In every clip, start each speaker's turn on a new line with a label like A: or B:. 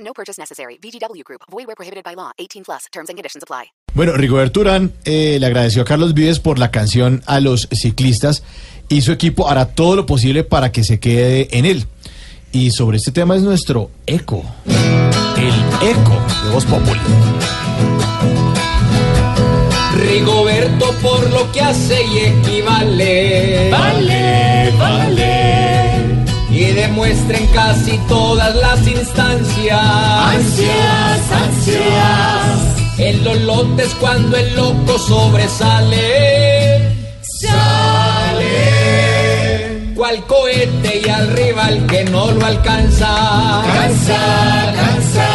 A: No purchase necessary. VGW Group. Void where prohibited by law. 18 plus. Terms and conditions apply.
B: Bueno, Rigoberto Urán eh, le agradeció a Carlos Vives por la canción a los ciclistas y su equipo hará todo lo posible para que se quede en él. Y sobre este tema es nuestro eco. El eco de Voz Populi.
C: Rigoberto por lo que hace y equivale.
D: Vale, vale,
C: Y demuestra en casi todas las instancias.
D: ansias, ansias,
C: En los lotes cuando el loco sobresale.
D: sale,
C: Cual cohete y al rival que no lo alcanza.
D: cansa, cansa,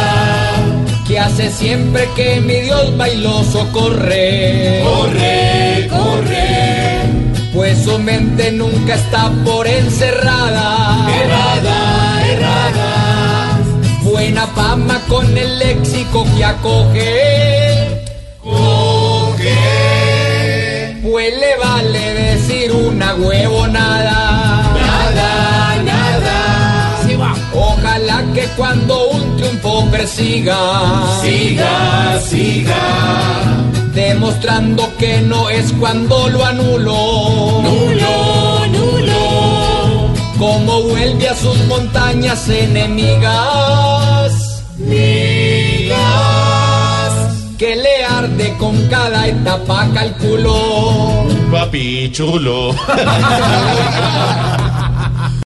C: Que hace siempre que mi Dios bailoso corre.
D: corre, corre,
C: Pues su mente nunca está por encerrada.
D: errada, errada,
C: Buena fama con el léxico que acoge.
D: coge,
C: Pues le vale decir una huevonada.
D: nada, nada,
C: Ojalá que cuando un triunfo persiga,
D: siga, siga,
C: demostrando que no es cuando lo anulo.
D: nulo, nulo,
C: Como vuelve a sus montañas enemigas,
D: migas,
C: que le arde con cada etapa calculó.
D: papi chulo.